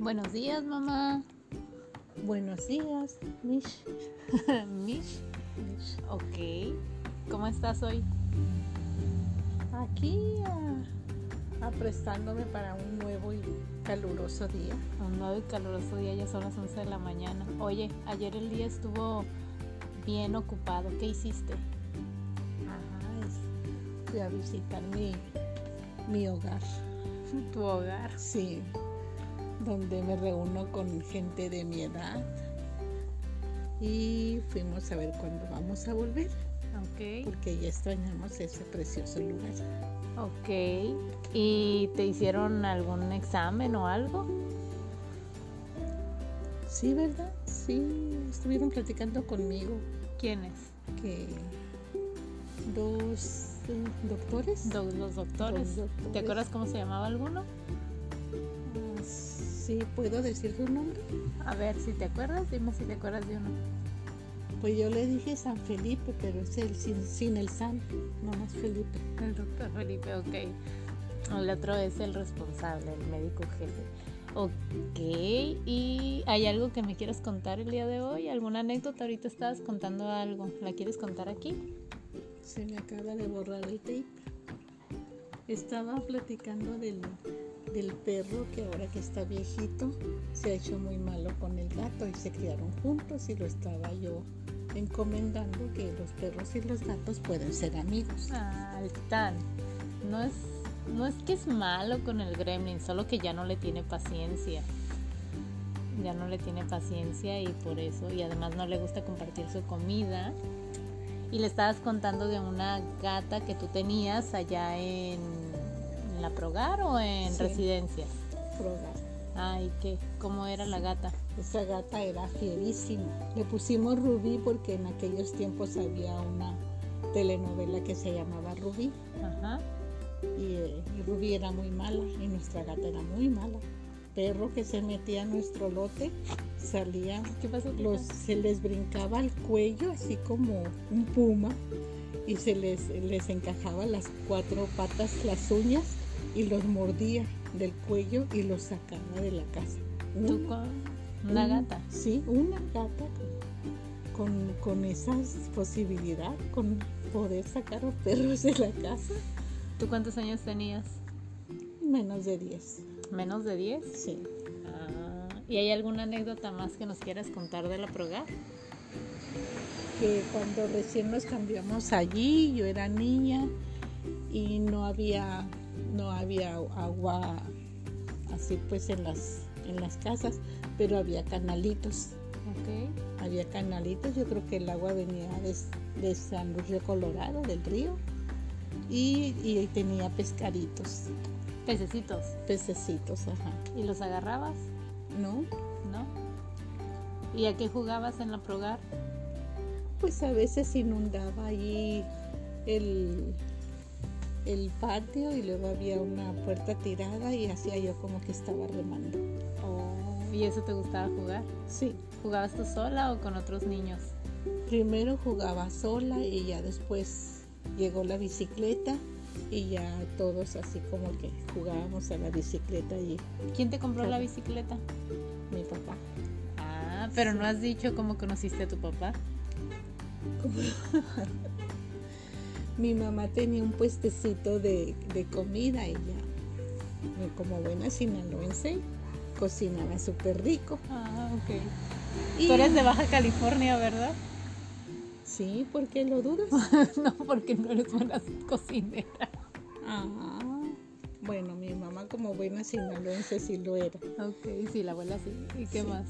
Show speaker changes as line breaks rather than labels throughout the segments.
Buenos días, mamá.
Buenos días, Mish.
Mish,
Mish.
ok. ¿Cómo estás hoy?
Aquí ah, aprestándome para un nuevo y caluroso día.
Un nuevo y caluroso día, ya son las 11 de la mañana. Oye, ayer el día estuvo bien ocupado. ¿Qué hiciste?
Ajá, es- fui a visitar mi, mi hogar,
Tu hogar.
sí, donde me reúno con gente de mi edad. Y fuimos a ver cuándo vamos a volver,
Ok.
porque ya extrañamos ese precioso lugar.
Ok. ¿Y te hicieron algún examen o algo?
Sí, ¿verdad? Sí, estuvieron platicando conmigo
¿Quiénes?
que dos eh, doctores.
Do- los doctores.
Los doctores.
¿Te acuerdas cómo se llamaba alguno?
Ah, Sí, puedo decir su nombre.
A ver, si te acuerdas, dime si te acuerdas de uno.
Pues yo le dije San Felipe, pero es el sin, sin el San, nomás Felipe.
El doctor Felipe, ok. El otro es el responsable, el médico jefe. Ok, ¿y hay algo que me quieras contar el día de hoy? ¿Alguna anécdota? Ahorita estabas contando algo. ¿La quieres contar aquí?
Se me acaba de borrar el tape. Estaba platicando del, del perro que ahora que está viejito se ha hecho muy malo con el gato y se criaron juntos y lo estaba yo encomendando que los perros y los gatos pueden ser amigos.
Ah, el titán. No es, no es que es malo con el gremlin, solo que ya no le tiene paciencia. Ya no le tiene paciencia y por eso, y además no le gusta compartir su comida. Y le estabas contando de una gata que tú tenías allá en, en la Progar o en
Sí.
residencias.
Frogar.
Ay, ¿qué? ¿Cómo era la gata?
Esa gata era fierísima. Le pusimos Rubí porque en aquellos tiempos había una telenovela que se llamaba Rubí
Ajá.
y eh, Rubí era muy mala y nuestra gata era muy mala. Perro que se metía a nuestro lote salía,
¿Qué pasó? tita?
los, se les brincaba al cuello así como un puma y se les, les encajaba las cuatro patas, las uñas y los mordía del cuello y los sacaba de la casa.
¿Tú
Una-
con
Mm.
una gata?
Sí, una gata con, con esa posibilidad, con poder sacar a perros de la casa,
¿Tú cuántos años tenías?
menos de 10.
¿Menos de 10?
Sí.
Ah, ¿Y hay alguna anécdota más que nos quieras contar de la proga?
Que cuando recién nos cambiamos allí, yo era niña y no había, no había agua así pues en las, en las casas, pero había canalitos.
Ok.
Había canalitos, yo creo que el agua venía de, de San Luis de Colorado, del río, y, y tenía pescaditos.
Pececitos.
Pececitos, ajá.
¿Y los agarrabas?
¿No?
¿No? ¿Y a qué jugabas en la progar?
Pues a veces inundaba ahí el, el patio y luego había una puerta tirada y hacía yo como que estaba remando.
Oh, ¿Y eso te gustaba jugar?
Sí,
¿Jugabas tú sola o con otros niños?
primero jugaba sola y ya después llegó la bicicleta y ya todos así como que jugábamos a la bicicleta y
¿Quién te compró la bicicleta?
mi papá.
Ah, pero no has dicho cómo conociste a tu papá.
Mi mamá tenía un puestecito de, de comida, ella, como buena sinaloense, cocinaba súper rico.
Ah, ok.
Y-
Tú eres de Baja California, ¿verdad?
Sí, ¿por qué lo dudas?
no, porque no eres buena cocinera.
ah, bueno, mi mamá como buena sinaloense sí lo era.
Ok, sí, la abuela sí. ¿Y qué
Sí.
más?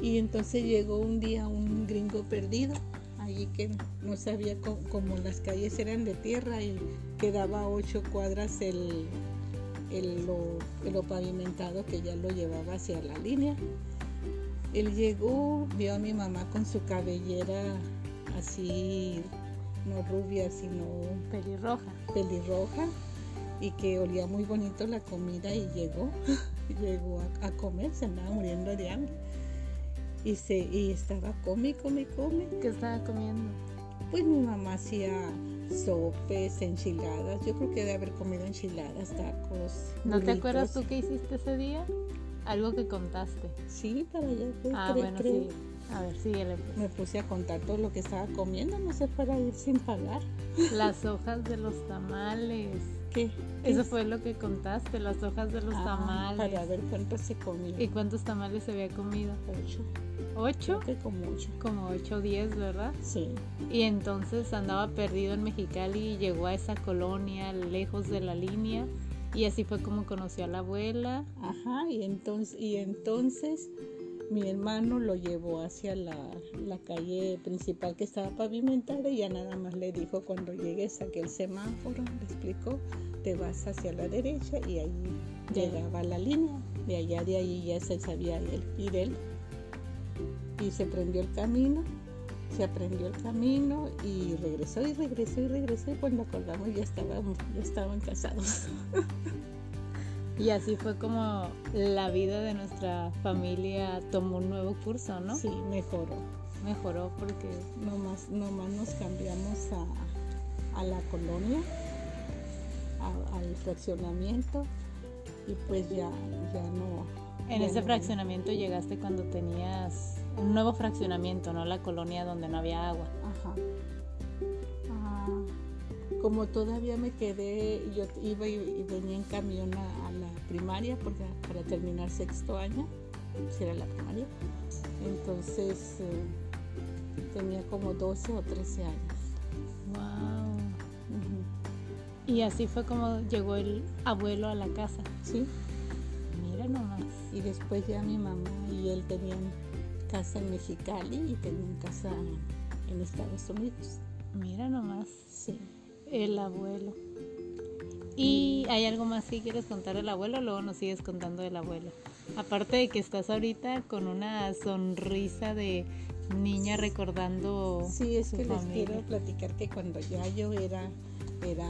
Y entonces llegó un día un gringo perdido, allí que no sabía co- como las calles eran de tierra y quedaba a ocho cuadras el, el, lo, lo pavimentado que ya lo llevaba hacia la línea. Él llegó, vio a mi mamá con su cabellera así, no rubia, sino
Pelirroja.
pelirroja y que olía muy bonito la comida y llegó, llegó a, a comer, se andaba muriendo de hambre. Y, se, y estaba come, come, come.
¿Qué estaba comiendo?
Pues mi mamá hacía sopes, enchiladas. Yo creo que de haber comido enchiladas, tacos.
¿No te
burritos.
acuerdas tú qué hiciste ese día? algo que contaste.
Sí, para allá. pues,
Ah,
cre-
bueno,
creo.
sí. A ver, síguele pues.
Me puse a contar todo lo que estaba comiendo, no sé, para ir sin pagar.
Las hojas de los tamales.
¿Qué?
Eso fue lo que contaste, las hojas de los
Ah,
tamales.
Para ver cuánto se comió.
¿Y cuántos tamales se había comido?
Ocho.
¿Ocho?
Creo que como ocho.
Como ocho o diez, ¿verdad?
Sí.
Y entonces andaba perdido en Mexicali y llegó a esa colonia lejos de la línea. Y así fue como conoció a la abuela.
Ajá, y entonces, y entonces mi hermano lo llevó hacia la, la calle principal que estaba pavimentada y ya nada más le dijo cuando llegues a aquel semáforo, le explicó, te vas hacia la derecha y ahí
Ya.
llegaba la línea. De allá de ahí ya se sabía el ir él. Y se prendió el camino, se aprendió el camino y regresó y regresó y regresó y cuando acordamos ya estábamos, ya estaban casados.
Y así fue como la vida de nuestra familia tomó un nuevo curso, ¿no?
Sí, mejoró.
Mejoró porque
Nomás, nomás nos cambiamos a, a la colonia, a- al fraccionamiento y pues ya, ya no.
en
ya
ese
no-
fraccionamiento llegaste cuando tenías un nuevo fraccionamiento, ¿no? La colonia donde no había agua.
Ajá. Ah, como todavía me quedé, yo iba y, y venía en camión a, a la primaria porque para terminar sexto año, si era la primaria, entonces eh, tenía como 12 o 13 años.
Wow.
Ujú.
Y así fue como llegó el abuelo a la casa.
Sí.
Mira nomás.
Y después ya mi mamá y él tenían casa en Mexicali y tenían casa en Estados Unidos.
Mira nomás.
Sí.
El abuelo. ¿Y hay algo más que quieres contar del abuelo? Luego nos sigues contando del abuelo. Aparte de que estás ahorita con una sonrisa de niña recordando
Sí, es
su
que les
familia.
quiero platicar que cuando ya yo era, era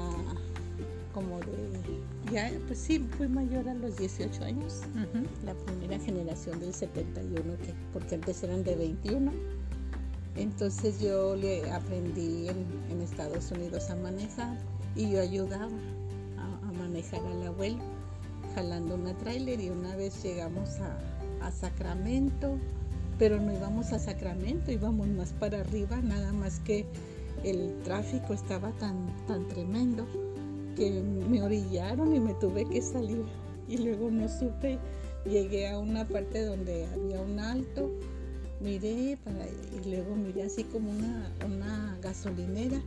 como de, ya, pues sí, fui mayor a los 18 años,
Ujú.
la primera generación del 71, que, porque antes eran de 21. Entonces yo le aprendí en, en Estados Unidos a manejar y yo ayudaba a, a manejar al abuelo jalando una tráiler y una vez llegamos a, a Sacramento, pero no íbamos a Sacramento, íbamos más para arriba, nada más que el tráfico estaba tan, tan tremendo que me orillaron y me tuve que salir y luego no supe, llegué a una parte donde había un alto, miré para, y luego miré así como una, una gasolinera.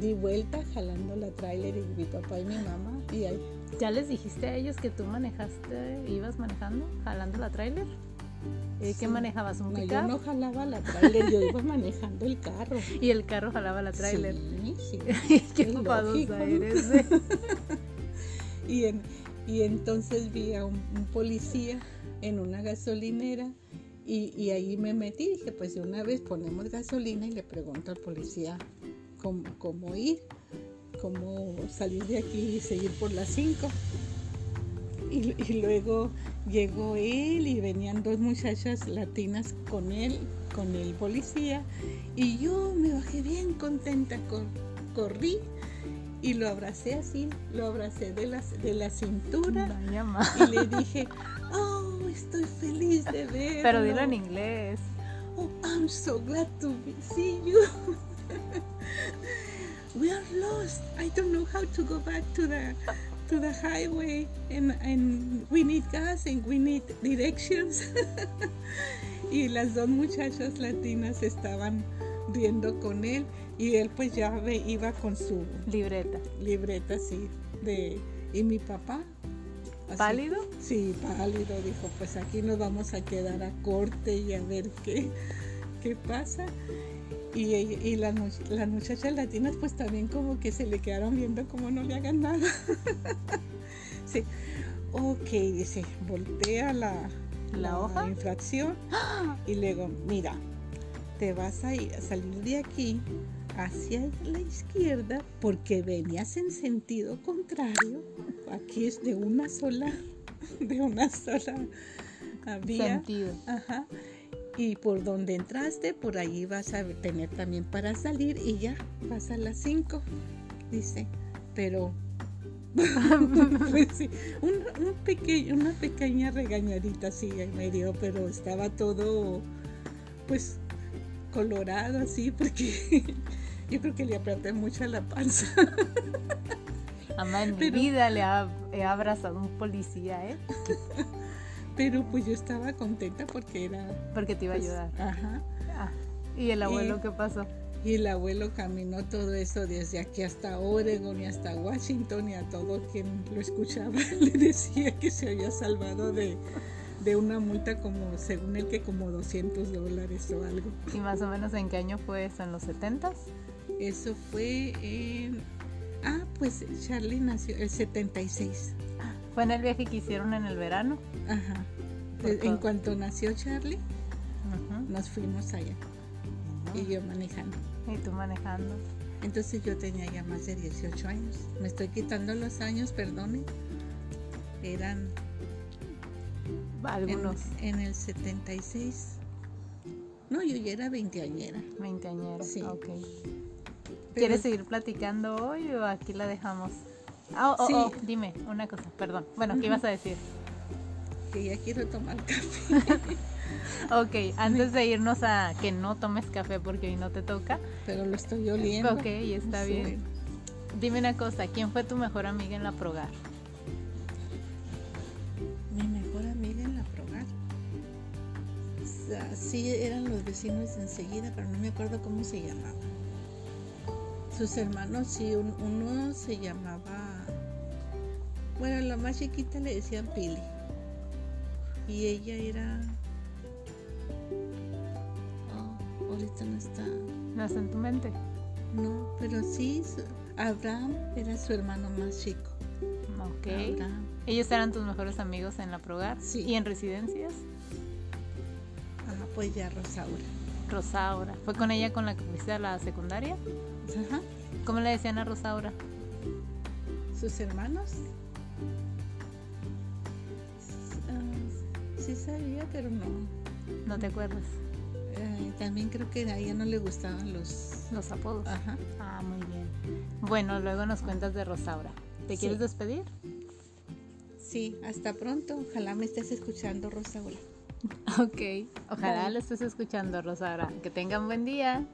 Di vuelta jalando la tráiler y mi papá y mi mamá y ahí
¿Ya les dijiste a ellos que tú manejaste, ibas manejando, jalando la tráiler? ¿Y
Sí.
¿Qué manejabas? ¿Un
No,
pickup?
yo no jalaba la trailer, yo iba manejando el carro.
Y el carro jalaba la tráiler.
Sí,
Qué
Es
padosa
lógico.
eres. ¿eh?
sí. Y, en- y entonces vi a un, un policía en una gasolinera y, y ahí me metí. Dije, pues de una vez ponemos gasolina y le pregunto al policía cómo, cómo ir, cómo salir de aquí y seguir por las 5. Y, y luego llegó él y venían dos muchachas latinas con él, con el policía. Y yo me bajé bien contenta, cor- corrí y lo abracé así, lo abracé de la, de la cintura
Vaya ma-
y le dije, oh, estoy feliz de verlo.
Pero dilo en inglés.
Oh, I'm so glad to be, see you. we are lost. I don't know how to go back to the to the highway, and and we need gas and we need directions. y las dos muchachas latinas estaban riendo con él y él pues ya ve- iba con su
Libreta.
libreta así de y mi papá así,
¿Pálido?
Sí, pálido, dijo, pues aquí nos vamos a quedar a corte y a ver qué, qué pasa. Y, ella- y las, much- las muchachas latinas pues también como que se le quedaron viendo como no le hagan nada. sí, ok, dice, voltea la,
¿La hoja?
infracción y luego, mira, te vas a, ir- a salir de aquí hacia la izquierda porque venías en sentido contrario. Aquí es de una sola, de una sola ah, vía.
Sentido.
Ajá. Y por donde entraste, por ahí vas a tener también para salir y ya, vas a las 5. Dice, pero pues sí, un- un peque- una pequeña regañadita sí me dio, pero estaba todo pues colorado así porque yo creo que le apreté mucho la panza.
Ama, en
Pero-
mi vida le ha- he abrazado a un policía, ¿eh?
Pero pues yo estaba contenta porque era...
Porque te iba a
pues,
ayudar.
Ajá.
Ah, ¿Y el abuelo
Y-
qué pasó?
Y el abuelo caminó todo eso desde aquí hasta Oregon y hasta Washington y a todo quien lo escuchaba le decía que se había salvado de, de una multa como, según él, que como 200 dólares o algo.
¿Y más o menos en qué año fue eso? ¿En los 70s?
Eso fue en... Ah, pues Charlie nació el 76.
Fue en el viaje que hicieron en el verano.
Ajá.
Por
Eh, En
todo.
cuanto nació Charlie,
Ujú,
nos fuimos allá y
ujú.
yo manejando.
Y tú manejando.
Entonces yo tenía ya más de 18 años. Me estoy quitando los años, perdonen. Eran en,
Algunos
en el 76. No, yo ya era veinteañera.
veinteañeros.
Sí.
ok.
pero-
¿Quieres seguir platicando hoy o aquí la dejamos? Ah, oh, oh,
Sí.
oh, dime una cosa, perdón. Bueno, ¿qué
Ujú.
ibas a decir?
Que ya quiero tomar café.
Ok, antes de irnos a que no tomes café porque hoy no te toca,
Pero lo estoy oliendo.
Ok, está
pues, Sí.
bien. dime una cosa, ¿quién fue tu mejor amiga en la progar?
Mi mejor amiga en la progar. Sa- Sí, eran los vecinos enseguida, pero no me acuerdo cómo se llamaba. Sus hermanos, sí, un- uno se llamaba. Bueno, la más chiquita le decían Pili. Y ella era. Oh, ahorita no está.
¿No está en tu mente?
No, pero sí, su- Abraham era su hermano más chico.
Ok.
Abraham.
¿Ellos eran tus mejores amigos en la progar?
Sí.
¿Y en residencias?
Ah, pues ya Rosaura.
Rosaura. ¿Fue con ella con la que fuiste a la secundaria?
Ajá.
¿Cómo le decían a Rosaura?
sus hermanos. Ah, sí sabía, pero no.
No te acuerdas.
Eh, también creo que a ella no le gustaban los...
Los apodos.
Ajá.
Ah, muy bien. Bueno, luego nos cuentas de Rosaura. ¿Te
Sí.
quieres despedir?
Sí, hasta pronto. Ojalá me estés escuchando, Rosaura.
Ok. Ojalá
Bye.
lo estés escuchando, Rosaura. Que tengan buen día.